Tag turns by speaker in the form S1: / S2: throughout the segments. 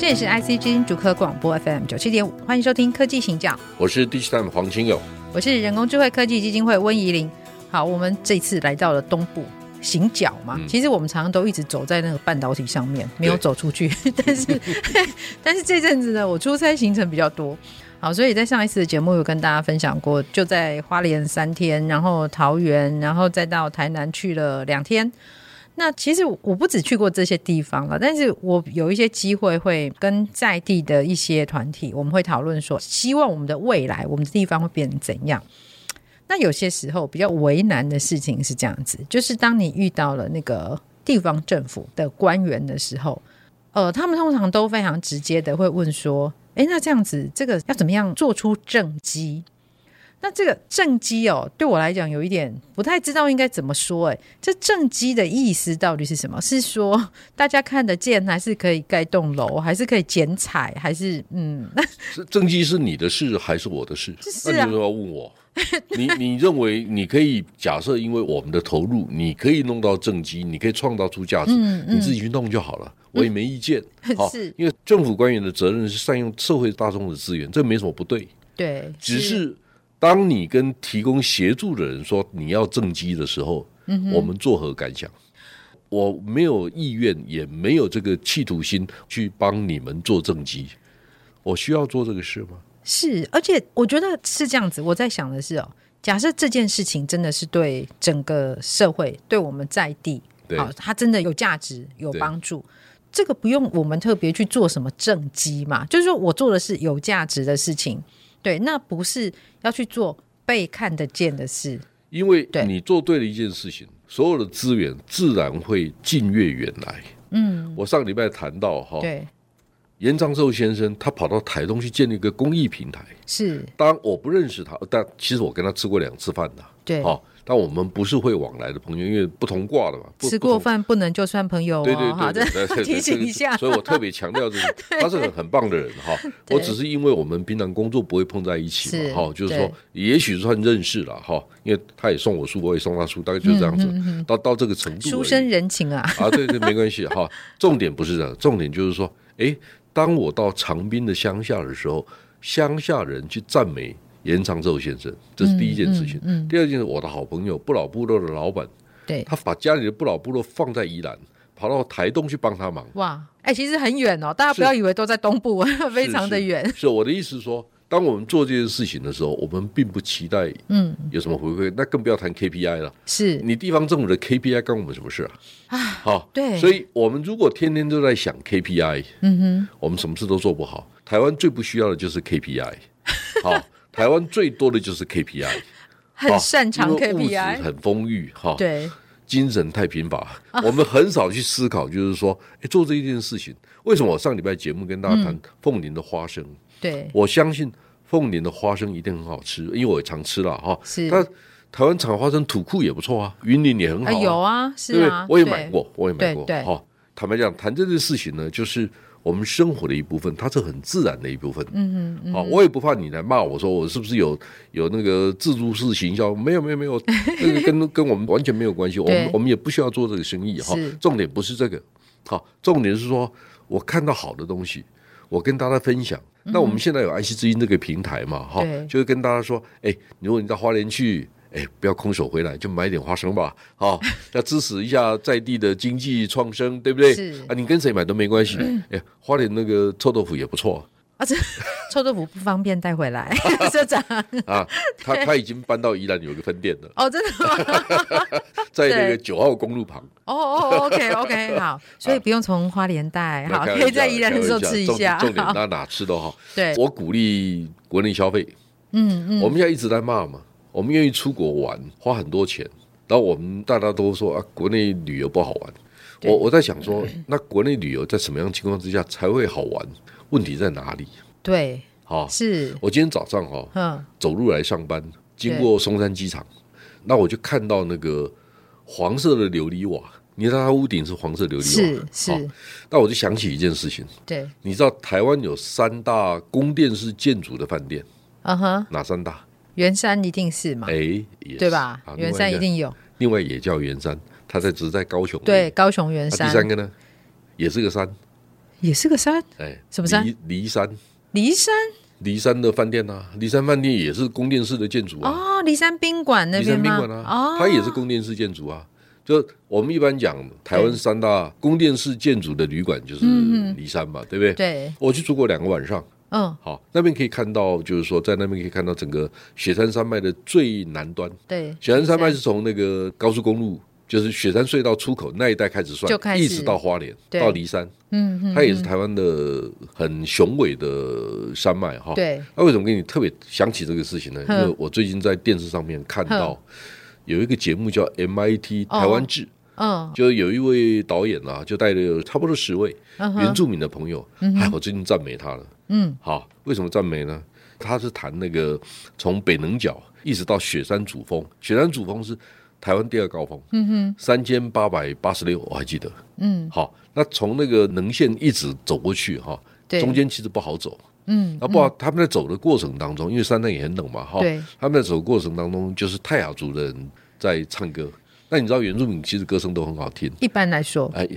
S1: 这里是 IC 之音主客广播 FM 九七点五，欢迎收听科技行脚，
S2: 我是 Digitime 黄清友。
S1: 我是人工智慧科技基金会温怡玲。好，我们这次来到了东部行脚嘛，
S2: 嗯
S1: 其实我们常常都一直走在那个半导体上面，没有走出去。 但是，但是这阵子呢，我出差行程比较多。好，所以在上一次的节目有跟大家分享过，就在花莲三天，然后桃园，然后再到台南去了两天。那其实我不只去过这些地方了，但是我有一些机会会跟在地的一些团体，我们会讨论说，希望我们的未来，我们的地方会变成怎样。那有些时候比较为难的事情是这样子，就是当你遇到了那个地方政府的官员的时候，呃，他们通常都非常直接的会问说：“诶，那这样子，这个要怎么样做出政绩？”那这个政绩哦，对我来讲有一点不太知道应该怎么说。诶，这政绩的意思到底是什么？是说大家看得见，还是可以盖栋楼，还是可以剪彩，还是嗯，
S2: 是政绩是你的事还是我的事？
S1: 是
S2: 那
S1: 啊
S2: 你为什么要问我？你你认为你可以假设，因为我们的投入，你可以弄到政绩，你可以创造出价值，你自己去弄就好了，我也没 意见。好
S1: 嗯是
S2: 因为政府官员的责任是善用社会大众的资源，这没什么不对，
S1: 对，
S2: 只是当你跟提供协助的人说你要政绩的时候，我们作何感想？我没有意愿，也没有这个企图心去帮你们做政绩，我需要做这个事吗？
S1: 是，而且我觉得是这样子。我在想的是哦，假设这件事情真的是对整个社会、对我们在地，
S2: 对
S1: 好，它真的有价值、有
S2: 对
S1: 帮助。这个不用我们特别去做什么政绩嘛，就是说我做的是有价值的事情，对，那不是要去做被看得见的事，
S2: 因为
S1: 对
S2: 你做对了一件事情，所有的资源自然会近月远来。嗯，我上礼拜谈到哈，
S1: 对，
S2: 严长寿先生他跑到台东去建立一个公益平台，
S1: 是，
S2: 当然我不认识他，但其实我跟他吃过两次饭的，
S1: 对，
S2: 好、哦但我们不是会往来的朋友，因为不同挂的嘛，不
S1: 吃过。
S2: 不同
S1: 饭不能就算朋友哦，
S2: 对对
S1: 好
S2: 对对对
S1: 这
S2: 对，
S1: 提醒一下，
S2: 所以我特别强调 这个，他是很很棒的人哈。
S1: 对
S2: 我只是因为我们平常工作不会碰在一起
S1: 是
S2: 嘛，哈，就是
S1: 对
S2: 说也许算认识了哈，因为他也送我书，我也送他书，大概
S1: 嗯
S2: 就是这样子，到到这个程度而已。
S1: 书生人情啊，
S2: 啊，对对，没关系哈。重点不是这样，重点就是说，诶，当我到长滨的乡下的时候，乡下人去赞美严长寿先生，这是第一件事
S1: 嗯
S2: 情。第二件事，我的好朋友不老部落的老板，
S1: 对，
S2: 他把家里的不老部落放在宜兰，跑到台东去帮他忙，
S1: 哇，哎、其实很远哦，大家不
S2: 是
S1: 要以为都在东部， 非
S2: 是
S1: 常的
S2: 是
S1: 远。
S2: 是我的意思是说，当我们做这件事情的时候，我们并不期待
S1: 嗯，
S2: 有什么回馈，那更不要谈 KPI 了。
S1: 是
S2: 你地方政府的 KPI 干我们什么事啊？好、
S1: 对
S2: 所以我们如果天天都在想 KPI，
S1: 嗯
S2: 我们什么事都做不好。台湾最不需要的就是 KPI，好、 台湾最多的就是 KPI，
S1: 哼，很擅长
S2: 因为物质
S1: KPI，、
S2: 很丰裕哈、
S1: 对，啊
S2: 精神太贫乏，我们很少去思考，就是说，诶做这一件事情，为什么我上礼拜节目跟大家
S1: 嗯
S2: 谈凤林的花生？
S1: 对，
S2: 我相信凤林的花生一定很好吃，因为我也常吃了哈。
S1: 是
S2: 但台湾产花生土库也不错啊，云林也很好、
S1: 啊，
S2: 啊
S1: 有啊，
S2: 对
S1: 是
S2: 不对
S1: 啊，？
S2: 我也
S1: 对
S2: 买，过，我也买过。
S1: 对对
S2: 好、坦白讲，谈这件事情呢，就是我们生活的一部分，它是很自然的一部分。嗯嗯。好、我也不怕你来骂我说我是不是有有那个自助式行销？没有没有没 有，那个跟跟我们完全没有关系。我
S1: 对
S2: 们我们也不需要做这个生意哈、
S1: 是
S2: 重点不是这个，好、重点是说我看到好的东西。我跟大家分享，那我们现在有安溪之音这个平台嘛，哈、
S1: 嗯对
S2: 就会跟大家说，哎，如果你到花莲去，哎，不要空手回来，就买点花生吧，好、 那支持一下在地的经济创生，对不对
S1: 是？嗯
S2: 啊，你跟谁买都没关系，哎，花莲那个臭豆腐也不错
S1: 啊，这 臭豆腐不方便带回来， 社长，
S2: 啊， 他他已经搬到宜兰有一个分店了，
S1: 哦，真的吗？
S2: 在那
S1: 对
S2: 个九号公路旁，
S1: 哦哦，OK OK，好，所以不用从花莲带，
S2: 那
S1: 好，
S2: 开玩
S1: 可以在
S2: 笑
S1: 宜兰的时候
S2: 开玩
S1: 吃
S2: 笑
S1: 一下，
S2: 重重点
S1: 好
S2: 那哪吃都好，
S1: 对，
S2: 我鼓励国内消费，嗯嗯，我们现在一直在骂嘛，我们愿意出国玩，花很多钱，然后我们大家都说啊，国内旅游不好玩。我我在想说，那国内旅游在什么样情况之下才会好玩？问题在哪里？
S1: 对，
S2: 哈、
S1: 是，
S2: 我今天早上哈、
S1: 嗯，
S2: 走路来上班，经过松山机场，那我就看到那个黄色的琉璃瓦，你知道它屋顶是黄色琉璃
S1: 是
S2: 瓦，好
S1: 是，
S2: 那我就想起一件事情，
S1: 对，
S2: 你知道台湾有三大宫殿式建筑的饭店，
S1: 嗯哼，
S2: 哪三大？
S1: 圆山一定是嘛，
S2: 哎、也是
S1: 啊对吧
S2: 啊？
S1: 圆山一，定有，
S2: 另外一个另外也叫圆山，它在只是在高雄而已。
S1: 对，高雄圆
S2: 啊
S1: 山
S2: 第三个呢，也是个山，
S1: 也是个山，
S2: 哎、
S1: 什么山
S2: 离离山。
S1: 骊山
S2: 骊山的饭店呐、啊，骊山饭店也是宫殿式的建筑啊，
S1: 哦，骊山宾馆那
S2: 骊
S1: 边
S2: 山宾
S1: 吗？
S2: 馆啊
S1: 哦，，
S2: 它也是宫殿式建筑啊。就我们一般讲台湾三大宫殿式建筑的旅馆就是骊山嘛，对不对？
S1: 嗯对，
S2: 我去住过两个晚上，
S1: 嗯，
S2: 好，那边可以看到，就是说在那边可以看到整个雪山山脉的最南端。
S1: 对，
S2: 雪山山脉是从那个高速公路，就是雪山隧道出口那一带开始算，
S1: 就开始
S2: 一直到花莲，
S1: 对
S2: 到骊山，
S1: 嗯嗯，
S2: 它也是台湾的很雄伟的山脉哈。
S1: 对，
S2: 那为什么跟你特别想起这个事情呢？因
S1: 哼
S2: 为我最近在电视上面看到有一个节目叫 MIT
S1: 哦
S2: 台湾志，
S1: 嗯
S2: 就是有一位导演啊，就带了差不多十位
S1: 嗯
S2: 原
S1: 哼，
S2: 住民的朋友。哎，我最近赞美他了。
S1: 嗯，
S2: 好，为什么赞美呢？他是谈那个从北棱角一直到雪山主峰，雪山主峰是台湾第二高峰，嗯哼，三千八百八十六，我还记得。
S1: 嗯，
S2: 好，那从那个能线一直走过去哈，
S1: 对，
S2: 中，间其实不好走。
S1: 嗯，
S2: 啊，不好，他们在走的过程当中，因为山上也很冷嘛，哈
S1: 对，
S2: 他们在走的过程当中，就是泰雅族的人在唱歌。那你知道原住民其实歌声都很好听，
S1: 一般来说，
S2: 哎，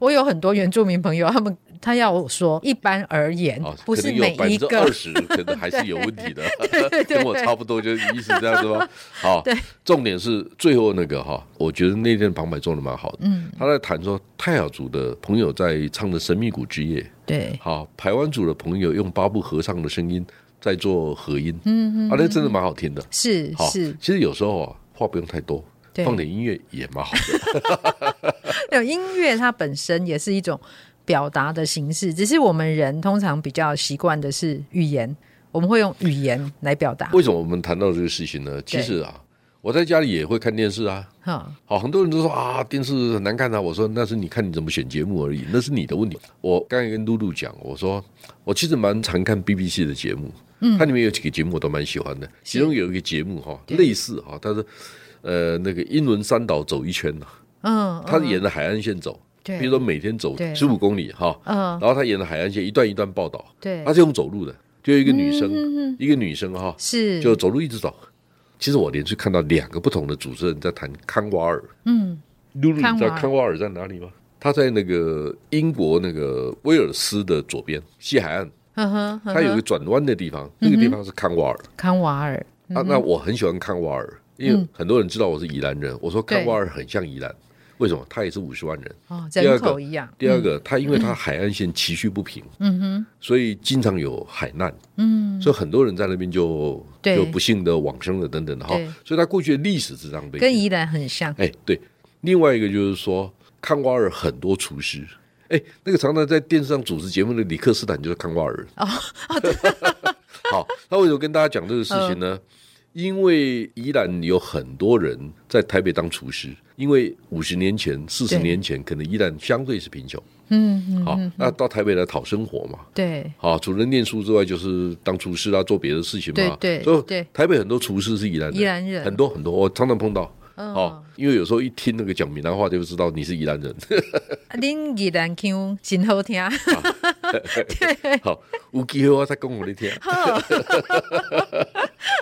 S1: 我有很多原住民朋友，他们他要我说，一般而言
S2: 啊，，
S1: 嗯不
S2: 可
S1: 是
S2: 能有
S1: 每
S2: 百
S1: 一
S2: 分之二
S1: 个，
S2: 十，可能还是有问题的，
S1: 对对
S2: 跟我差不多，就是意思这样子 吗？好，重点是最后那个哈，我觉得那天旁白做的蛮好的，嗯，他在谈说泰雅族的朋友在唱的《神秘谷之夜》，
S1: 对，
S2: 好，台湾族的朋友用巴布和尚的声音在做和音，嗯嗯，啊，那真的蛮好听的，
S1: 是
S2: 好，
S1: 是，
S2: 其实有时候啊，话不用太多，
S1: 对，
S2: 放点音乐也蛮好的。
S1: 有音乐它本身也是一种表达的形式，只是我们人通常比较习惯的是语言，我们会用语言来表达。
S2: 为什么我们谈到这个事情呢？其实啊，我在家里也会看电视啊。
S1: 哈，
S2: 好，很多人都说啊，电视很难看啊。我说那是你看你怎么选节目而已，那是你的问题。我刚才跟露露讲，我说我其实蛮常看 BBC 的节目，嗯，它里面有几个节目我都蛮喜欢的，其中有一个节目哈，类似哈，它是呃那个英伦三岛走一圈呐、
S1: 嗯，
S2: 它
S1: 嗯
S2: 沿着海岸线走，
S1: 对，
S2: 比如说每天走
S1: 对
S2: 十五公里哈，
S1: 嗯，
S2: 然后它沿着海岸线一段一段报道，
S1: 对
S2: 她，是用走路的，就有一个女生，
S1: 嗯嗯
S2: 一个女生哈，
S1: 是
S2: 就走路一直走。其实我连续看到两个不同的主持人在谈康瓦尔。
S1: 嗯，
S2: 露露，你知
S1: 康
S2: 道
S1: 瓦尔
S2: 康瓦尔在哪里吗？他在那个英国那个威尔斯的左边西海岸，
S1: 呵呵，呵
S2: 它有一
S1: 呵
S2: 个转弯的地方，那个地方是康瓦尔。
S1: 嗯康瓦尔，
S2: 啊，那我很喜欢康瓦尔，因
S1: 嗯
S2: 为很多人知道我是宜兰人，我说康瓦尔很像宜兰，为什么？他也是五十万人。
S1: 哦，
S2: 第
S1: 人
S2: 二个
S1: 口一样，
S2: 第二个，它因为它海岸线崎岖不平，
S1: 嗯哼，
S2: 所以经常有海难，嗯，所以很多人在那边就
S1: 对
S2: 就不幸的往生了等等的哈
S1: 对，
S2: 所以它过去的历史是这样背
S1: 跟
S2: 景。
S1: 宜兰很像，
S2: 哎，对，另外一个就是说，康瓦尔很多厨师，哎，那个常常在电视上主持节目的里克斯坦就是康瓦尔。哦， 好，那为什么跟大家讲这个事情
S1: 嗯
S2: 呢？因为宜兰有很多人在台北当厨师，因为五十年前、四十
S1: 对
S2: 年前，可能宜兰相对是贫穷，
S1: 嗯，嗯
S2: 好，那到台北来讨生活嘛，
S1: 对，
S2: 啊，除了念书之外，就是当厨师啊，做别的事情嘛。
S1: 对对
S2: 所以
S1: 对
S2: 台北很多厨师是宜兰人，
S1: 宜兰人
S2: 很多很多，我常常碰到。
S1: 嗯
S2: 哦，因为有时候一听那个讲闽南话，就知道你是宜兰人。
S1: 啊恁宜兰腔真好听，
S2: 好，有机会我再跟 我的听。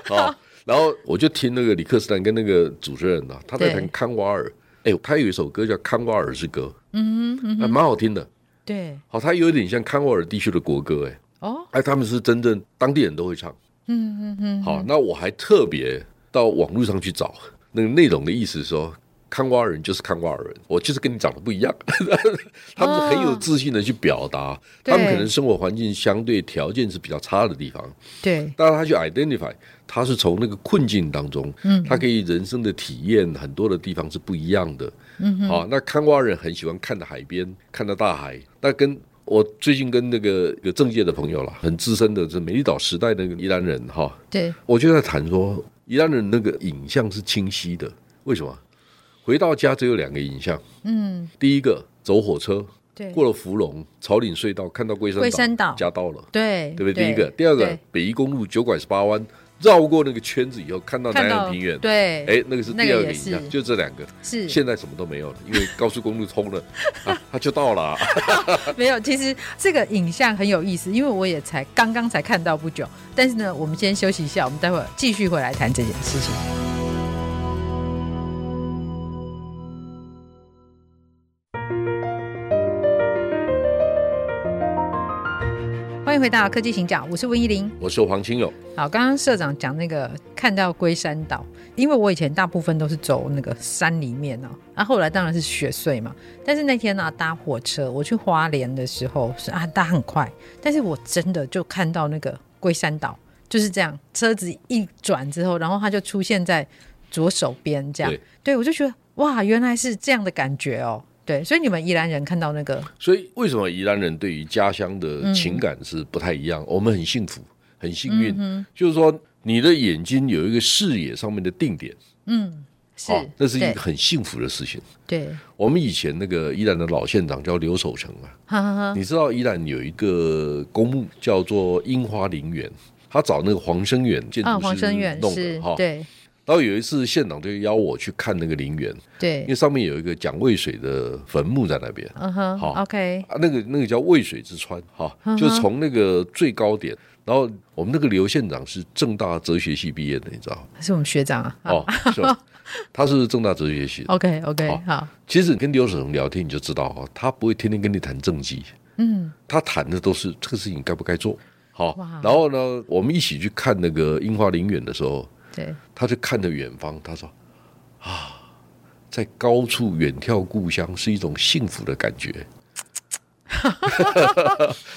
S2: 好，然后我就听那个李克斯坦跟那个主持人啊，他在
S1: 对
S2: 谈康瓦尔。哎，他有一首歌叫《康瓦尔之歌》，嗯还蛮好听的。
S1: 对，
S2: 好，它有点像康瓦尔地区的国歌，哎，
S1: 哦，
S2: 哎，他们是真正当地人都会唱。
S1: 嗯嗯嗯，
S2: 好，那我还特别到网络上去找那个内容的意思说。康瓜人就是康瓜人，我就是跟你长得不一样。 他们是很有自信的去表达，
S1: 哦对
S2: 他们可能生活环境相对条件是比较差的地方，
S1: 对，
S2: 但他去 identify，他是从那个困境当中，嗯，他可以人生的体验很多的地方是不一样的，嗯，好、那看瓜人很喜欢看到海边，看到大海，那跟。我最近跟那个有政界的朋友啦，很资深的，是美丽岛时代的那个宜兰人哈，
S1: 对，
S2: 我就在谈说，宜兰人那个影像是清晰的，为什么？回到家只有两个影像，
S1: 嗯，
S2: 第一个走火车，
S1: 对，
S2: 过了福隆、草岭隧道，看到龟山
S1: 龟山岛
S2: 夹道了，
S1: 对，
S2: 对不对？第一个，第二个
S1: 对，
S2: 北宜公路九拐十八弯，绕过那个圈子以后，看到
S1: 看
S2: 南
S1: 到
S2: 洋平原，
S1: 对，
S2: 哎，那个是
S1: 那
S2: 第
S1: 个
S2: 二
S1: 也
S2: 个影像，
S1: 是
S2: 就这两个。
S1: 是
S2: 现在什么都没有了，因为高速公路通了， 啊，它就到了啊。
S1: 没有，其实这个影像很有意思，因为我也才刚刚才看到不久。但是呢，我们先休息一下，我们待会儿继续回来谈这件事情。欢迎回到科技行讲，我是温依玲。
S2: 我是黄清勇，
S1: 好，刚刚社长讲那个看到龟山岛，因为我以前大部分都是走那个山里面哦、啊，后来当然是雪隧嘛。但是那天呢、搭火车我去花莲的时候是啊搭很快，但是我真的就看到那个龟山岛就是这样，车子一转之后，然后它就出现在左手边这样，
S2: 对
S1: 对我就觉得哇，原来是这样的感觉哦、对，所以你们宜兰人看到那个
S2: 所以为什么宜兰人对于家乡的情感是不太一样？我们很幸福，很幸运，
S1: 嗯
S2: 就是说你的眼睛有一个视野上面的定点，
S1: 是，
S2: 哦，那是一
S1: 对
S2: 个很幸福的事情。
S1: 对，
S2: 我们以前那个宜兰的老县长叫刘守成啊，
S1: 哈哈哈，
S2: 你知道宜兰有一个公墓叫做樱花陵园，他找那个黄生远建
S1: 啊，
S2: 筑
S1: 黄
S2: 师
S1: 生远
S2: 弄
S1: 是
S2: 的哈。
S1: 对
S2: 然后有一次县长就邀我去看那个陵园，因为
S1: 对，
S2: 上面有一个蒋渭水的坟墓在那边。
S1: 嗯哼
S2: 好
S1: ，OK，
S2: 啊，那个那个叫渭水之川，哈、
S1: 嗯哼
S2: 就是从那个最高点，然后我们那个刘县长是正大哲学系毕业的，你知道吗？
S1: 是我们学长啊。好
S2: 哦，是吧？他是正大哲学系的。
S1: OK OK，好，
S2: 其实你跟刘守成聊天，你就知道哈，他不会天天跟你谈政绩，
S1: 嗯，
S2: 他谈的都是这个事情该不该做。好
S1: 哇，
S2: 然后呢，我们一起去看那个樱花陵园的时候，
S1: 对，
S2: 他就看着远方，他说：“啊，啊在高处远眺故乡是一种幸福的感 觉。”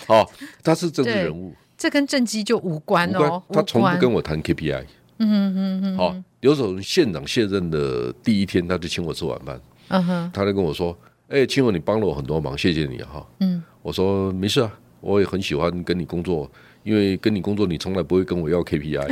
S2: 好，他是政治人物，
S1: 这跟政绩就无关
S2: 无关
S1: 哦，，
S2: 他从不跟
S1: 我，
S2: 我谈 KPI。
S1: 嗯嗯嗯，
S2: 好，刘守仁县长卸任的第一天，他就请我吃晚饭，
S1: 嗯哼，
S2: 他就跟我说：“哎、清友，你帮了我很多忙，谢谢你啊哈。”
S1: 嗯，
S2: 我说：“没事啊，我也很喜欢跟你工作，因为跟你工作，你从来不会跟我要 KPI。”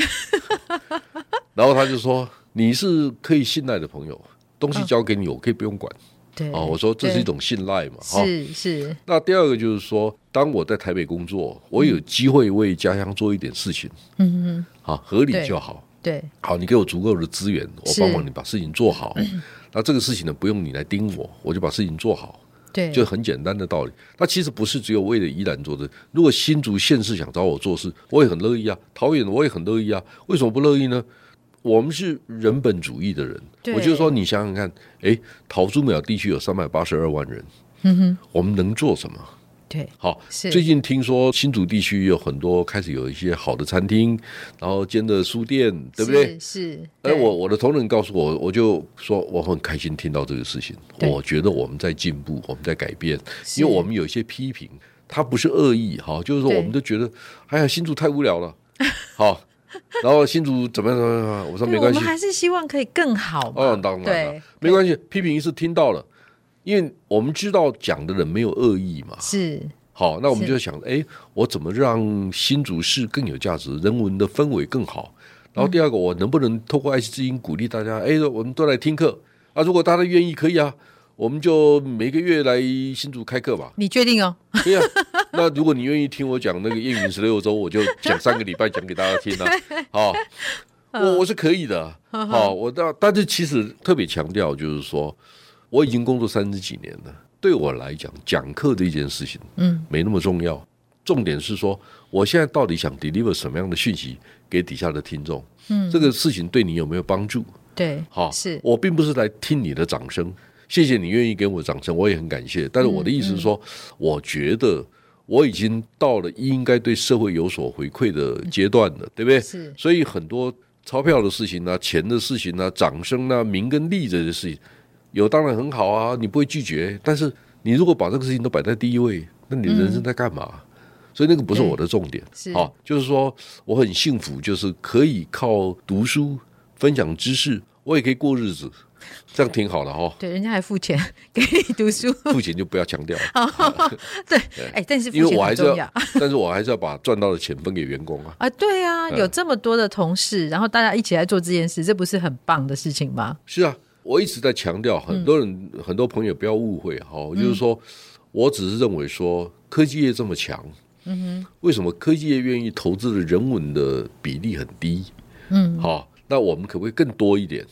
S2: 然后他就说：“你是可以信赖的朋友，东西交给你，我可以不用管。
S1: 对，
S2: 哦，我说这是
S1: 嗯对
S2: 一种哦信赖嘛，哈。
S1: 是是，
S2: 那第二个就是说，当我在台北工作，我有机会为家乡做一点事情，
S1: 嗯嗯，
S2: 啊，合理
S1: 对
S2: 就好。
S1: 对
S2: 好，你给我足够的资源，我
S1: 是
S2: 帮忙你把事情 做好。那这个事情呢，不用你来盯我，我就把事情做好，
S1: 对，
S2: 就很简单的道理。那其实不是只有为了宜兰做的，如果新竹县市想找我做事，我也很乐意啊；桃园我也很乐意啊。为什么不乐意呢？我们是人本主义的人，
S1: 对
S2: 我就说你想想看，诶，桃竹苗地区有三百八十二万人，
S1: 嗯哼，
S2: 我们能做什么？
S1: 对
S2: 好，
S1: 是
S2: 最近听说新竹地区有很多开始有一些好的餐厅，然后兼的书店，对不对？
S1: 是是，
S2: 哎，
S1: 对
S2: 我我的同仁告诉我，我就说我很开心听到这个事情，
S1: 对
S2: 我觉得我们在进步，我们在改变，
S1: 是
S2: 因为我们有一些批评，他不是恶意哈，就是说
S1: 对
S2: 我们都觉得，哎呀，新竹太无聊了，好，然后新竹怎么样怎么样怎么样，我说
S1: 对
S2: 没关系
S1: 我们，还是希望可以更好嘛，
S2: 哦，当然
S1: 对
S2: 了，，没关系，批评一次听到了，因为我们知道讲的人没有恶意嘛，
S1: 是，
S2: 好，那我们
S1: 是。
S2: 就想，哎，我怎么让新竹市更有价值，人文的氛围更好？然后第二个，我能不能透过爱惜之音鼓励大家？哎，我们都来听课啊！如果大家愿意，可以啊，我们就每个月来新竹开课吧
S1: 你确定哦？
S2: 可以啊。 那如果你愿意听我讲那个燕云十六周，我就讲三个礼拜讲给大家听啊。好，我我是可以的。好，我但但是其实特别强调就是说，我已经工作三十几年了，对我来讲，讲课这件事情。
S1: 嗯，
S2: 没那么重要。重点是说，我现在到底想 deliver 什么样的讯息给底下的听众？嗯，这个事情对你有没有帮助？
S1: 对，
S2: 好，
S1: 是
S2: 我并不是来听你的掌声，谢谢你愿意给我掌声，我也很感谢。但是我的意思是说，我觉得我已经到了应该对社会有所回馈的阶段了，对不对？
S1: 是
S2: 所以很多钞票的事情啊、钱的事情啊、掌声啊、名跟利这些事情，有当然很好啊，你不会拒绝。但是你如果把这个事情都摆在第一位，那你人生在干嘛？所以那个不是
S1: 嗯对
S2: 我的重点
S1: 是，
S2: 好、就是说我很幸福，就是可以靠读书分享知识，我也可以过日子，这样挺好的哈、
S1: 对，人家还付钱给你读书，
S2: 付钱就不要 强调，
S1: 对，哎，但是
S2: 因
S1: 付
S2: 为
S1: 钱
S2: 我还
S1: 很
S2: 是
S1: 重
S2: 要
S1: 要。，
S2: 但是我还是要把赚到的钱分给员工啊。
S1: 啊，对啊，
S2: 嗯
S1: 有这么多的同事，然后大家一起来做这件事，这不是很棒的事情吗？
S2: 是啊，我一直在强调，很多人、很多朋友不要误会哈、哦就是说我只是认为说科技业这么强，嗯哼，为什么科技业愿意投资的人文的比例很低？嗯，好、那我们可不可以更多一点？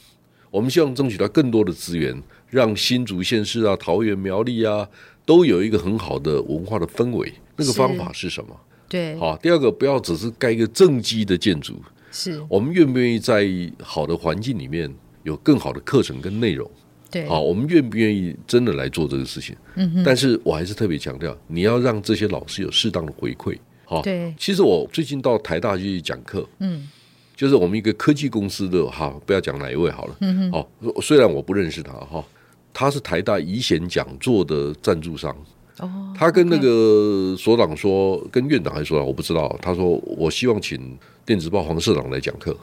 S2: 我们希望争取到更多的资源，让新竹县市啊、桃园、苗栗啊，都有一个很好的文化的氛围。那个
S1: 是
S2: 方法是什么？
S1: 对，
S2: 好、第二个不要只是盖一个正基的建筑，
S1: 是，
S2: 我们愿不愿意在好的环境里面有更好的课程跟内容？
S1: 对，
S2: 好，我们愿不愿意真的来做这个事情？嗯但是我还是特别强调，你要让这些老师有适当的回馈。好，
S1: 对
S2: 其实我最近到台大去讲课，
S1: 嗯，
S2: 就是我们一个科技公司的，哈，不要讲哪一位好了，嗯好，虽然我不认识他哈，他是台大遗贤讲座的赞助商，
S1: 哦，
S2: 他跟那个所长说，跟院长还是所长，我不知道。他说我希望请电子报黄社长来讲课。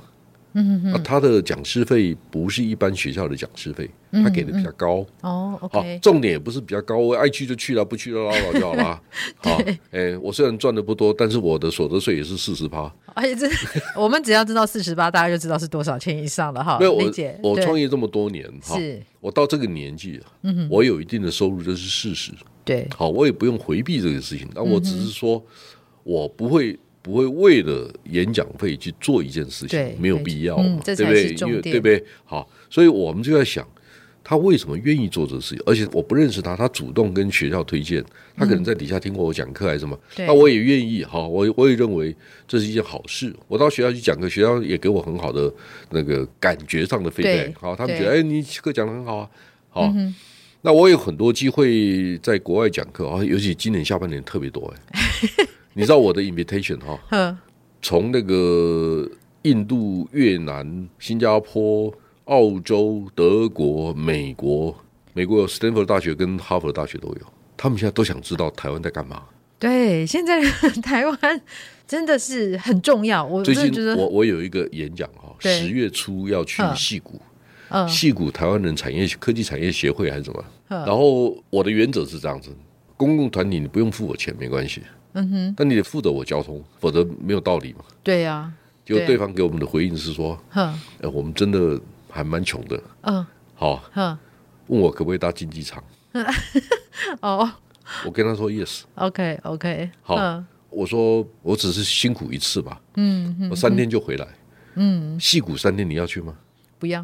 S2: 嗯嗯、他的讲师费不是一般学校的讲师费，
S1: 嗯
S2: 他给的比较高。
S1: 哦
S2: 好、
S1: ，OK，
S2: 重点也不是比较高，我爱去就去了，不去就拉倒就 好啦。好，哎、我虽然赚的不多，但是我的所得税也是四十趴。
S1: 而且哎这我们只要知道四十八，大家就知道是多少钱以上了哈。
S2: 没有
S1: 理
S2: 我
S1: 解，
S2: 我
S1: 对
S2: 创业这么多年，哈，
S1: 是，
S2: 我到这个年纪，嗯、我有一定的收入，这是事实。
S1: 对，嗯
S2: 好，我也不用回避这个事情，那我只是说，我不会不会为了演讲费去做一件事
S1: 对
S2: 情，没有必要
S1: 嗯
S2: 嘛，
S1: 这
S2: 对不
S1: 才是
S2: 对？
S1: 重
S2: 因为
S1: 点
S2: 对不对？好，所以我们就在想，他为什么愿意做这个事情？而且我不认识他，他主动跟学校推荐，他可能在底下听过我讲课还是什么，
S1: 嗯对
S2: 那我也愿意。好，我也我也认为这是一件好事。我到学校去讲课，学校也给我很好的那个感觉上的 feedback
S1: 对。
S2: 好，他们
S1: 对嗯
S2: 觉得哎，你课讲的很好啊，好。那我有很多机会在国外讲课啊，尤其今年下半年特别多 哎。你知道我的 invitation 哈，
S1: 呵，
S2: 从那个印度、越南、新加坡、澳洲、德国、美国，美国有 Stanford 大学跟哈佛大学都有，他们现在都想知道台湾在干嘛。
S1: 对，现在 台湾真的是很重要，我
S2: 最
S1: 真的
S2: 近
S1: 觉得
S2: 我，我有一个演讲哈，
S1: 对
S2: 十月初要去
S1: 嗯
S2: 戏谷，
S1: 嗯
S2: 戏谷台湾人产业科技产业协会还是什么？
S1: 嗯
S2: 然后我的原则是这样子：公共团体你不用付我钱没关系，
S1: 嗯哼，
S2: 但你得负责我交通，否则没有道理嘛。
S1: 对啊呀，
S2: 结果
S1: 对
S2: 对方给我们的回应是说，
S1: 呵，
S2: 呃，我们真的还蛮穷的，
S1: 嗯
S2: 好，
S1: 呵，
S2: 问我可不可以搭竞技场，
S1: 哦
S2: 我跟他说 yes，
S1: ，OK OK，
S2: 好
S1: 嗯
S2: 我说我只是辛苦一次吧，
S1: 嗯，
S2: 我三天就回来，嗯，戏谷三天你要去吗？
S1: 不要，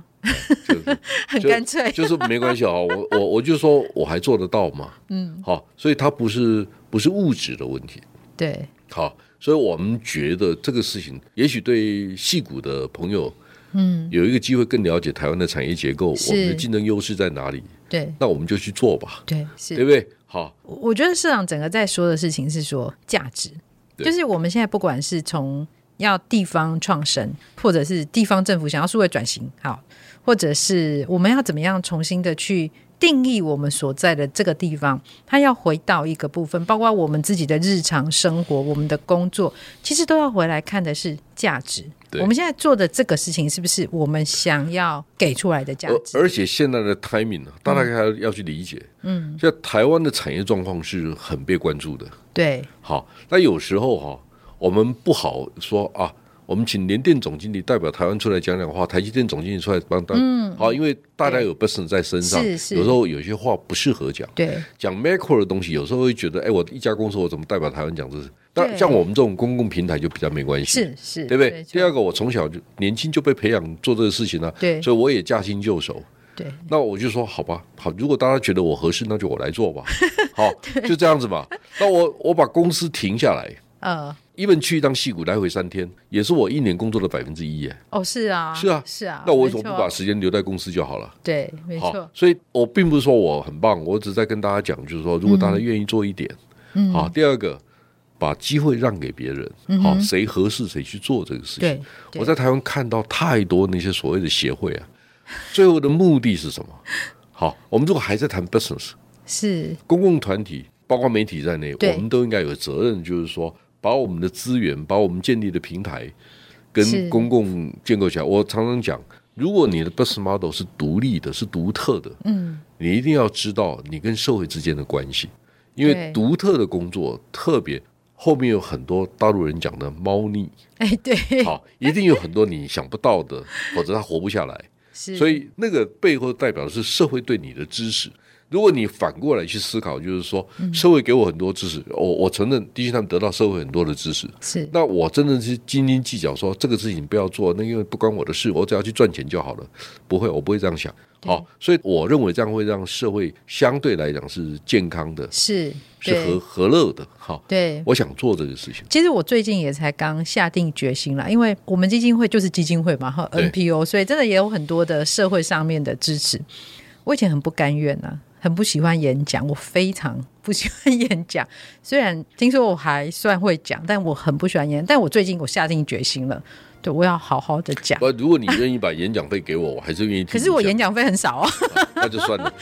S2: 就是
S1: 很
S2: 就
S1: 干脆，
S2: 就是没关系啊，我我我就说我还做得到嘛，嗯，好，所以它不是不是物质的问题，
S1: 对，
S2: 好，所以我们觉得这个事情，也许对戏骨的朋友，嗯，有一个机会更了解台湾的产业结构，
S1: 是
S2: 我们的竞争优势在哪里，
S1: 对，
S2: 那我们就去做吧，
S1: 对，是
S2: 对。不对？好，
S1: 我我觉得市长整个在说的事情是说价值，
S2: 对
S1: 就是我们现在不管是从要地方创生，或者是地方政府想要数位转型，好，或者是我们要怎么样重新的去定义我们所在的这个地方，它要回到一个部分，包括我们自己的日常生活、我们的工作，其实都要回来看的是价值。
S2: 对
S1: 我们现在做的这个事情，是不是我们想要给出来的价值？
S2: 呃而而且现在的 timing 啊，大家还要去理解，嗯，现在台湾的产业状况是很被关注的。
S1: 对，
S2: 好，那有时候哈、我们不好说啊。我们请联电总经理代表台湾出来讲讲话，台积电总经理出来帮大嗯，好，因为大家有 business 在身上，
S1: 是是
S2: 有时候有些话不适合讲。
S1: 对，
S2: 讲 macro 的东西，有时候会觉得，哎，我一家公司我怎么代表台湾讲这事？但
S1: 对
S2: 像我们这种公共平台就比较没关系，
S1: 是是，
S2: 对不对？
S1: 没错
S2: 第二个，我从小就年轻就被培养做这个事情了、
S1: 对
S2: 所以我也驾轻就熟。
S1: 对，
S2: 那我就说好吧，好，如果大家觉得我合适，那就我来 做吧，好，就这样子吧。那我我把公司停下来，
S1: 呃，
S2: 一本去一趟戏谷，来回三天，也是我一年工作的百分之一耶。
S1: 哦，是啊，
S2: 是啊
S1: 是啊。
S2: 那我为什么
S1: 没
S2: 不
S1: 错
S2: 把时间留在公司就好了？
S1: 对，没
S2: 好
S1: 错，，
S2: 所以我并不是说我很棒，我只是在跟大家讲，就是说，如果大家愿意做一点，嗯，好，第二个，把机会让给别人，好，谁合适谁去做这个
S1: 嗯
S2: 事
S1: 对
S2: 情。，
S1: 对
S2: 我在台湾看到太多那些所谓的协会啊，最后的目的是什 么？好，我们如果还在谈 business，
S1: 是
S2: 公共团体包括媒体在内，
S1: 对
S2: 我们都应该有责任，就是说，把我们的资源，把我们建立的平台跟
S1: 是
S2: 公共建构起来。我常常讲，如果你的 business model 是独立的，是独特的，
S1: 嗯，
S2: 你一定要知道你跟社会之间的关系，因为
S1: 对
S2: 独特的工作特别。后面有很多大陆人讲的猫腻，
S1: 哎，对，
S2: 好，一定有很多你想不到的，否则他活不下来。
S1: 是，
S2: 所以那个背后代表的是社会对你的支持。如果你反过来去思考，就是说
S1: 嗯
S2: 社会给我很多支持，我我承认，的确他们得到社会很多的支持。
S1: 是
S2: 那我真的是斤斤计较说，这个事情不要做，那因为不关我的事，我只要去赚钱就好了。不会，我不会这样想。好、所以我认为这样会让社会相对来讲是健康的，
S1: 是，
S2: 是和
S1: 对
S2: 和乐的。好、
S1: 对。
S2: 我想做这个事情。
S1: 其实我最近也才刚下定决心啦，因为我们基金会就是基金会嘛，哈
S2: 对
S1: ，NPO，所以真的也有很多的社会上面的支持。我以前很不甘愿呐、很不喜欢演讲，我非常不喜欢演讲。虽然听说我还算会讲，但我很不喜欢演。但我最近我下定决心了，对我要好好的讲。
S2: 不，如果你愿意把演讲费给我，我还是愿意听
S1: 可
S2: 你讲。
S1: 是我演讲费很少哦。
S2: 啊那就算了。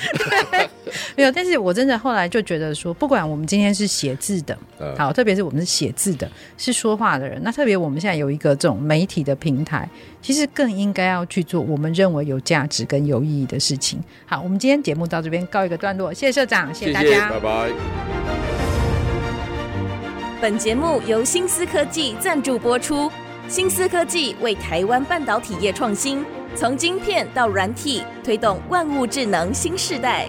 S1: 没有，但是我真的后来就觉得说，不管我们今天是写字的，
S2: 嗯
S1: 好，特别是我们是写字的，是说话的人，那特别我们现在有一个这种媒体的平台，其实更应该要去做我们认为有价值跟有意义的事情。好，我们今天节目到这边告一个段落，谢谢社长，谢
S2: 谢
S1: 谢大
S2: 谢，
S1: 家，
S2: 拜拜。
S3: 本节目由新思科技赞助播出。新思科技为台湾半导体业创新，从晶片到软体，推动万物智能新时代。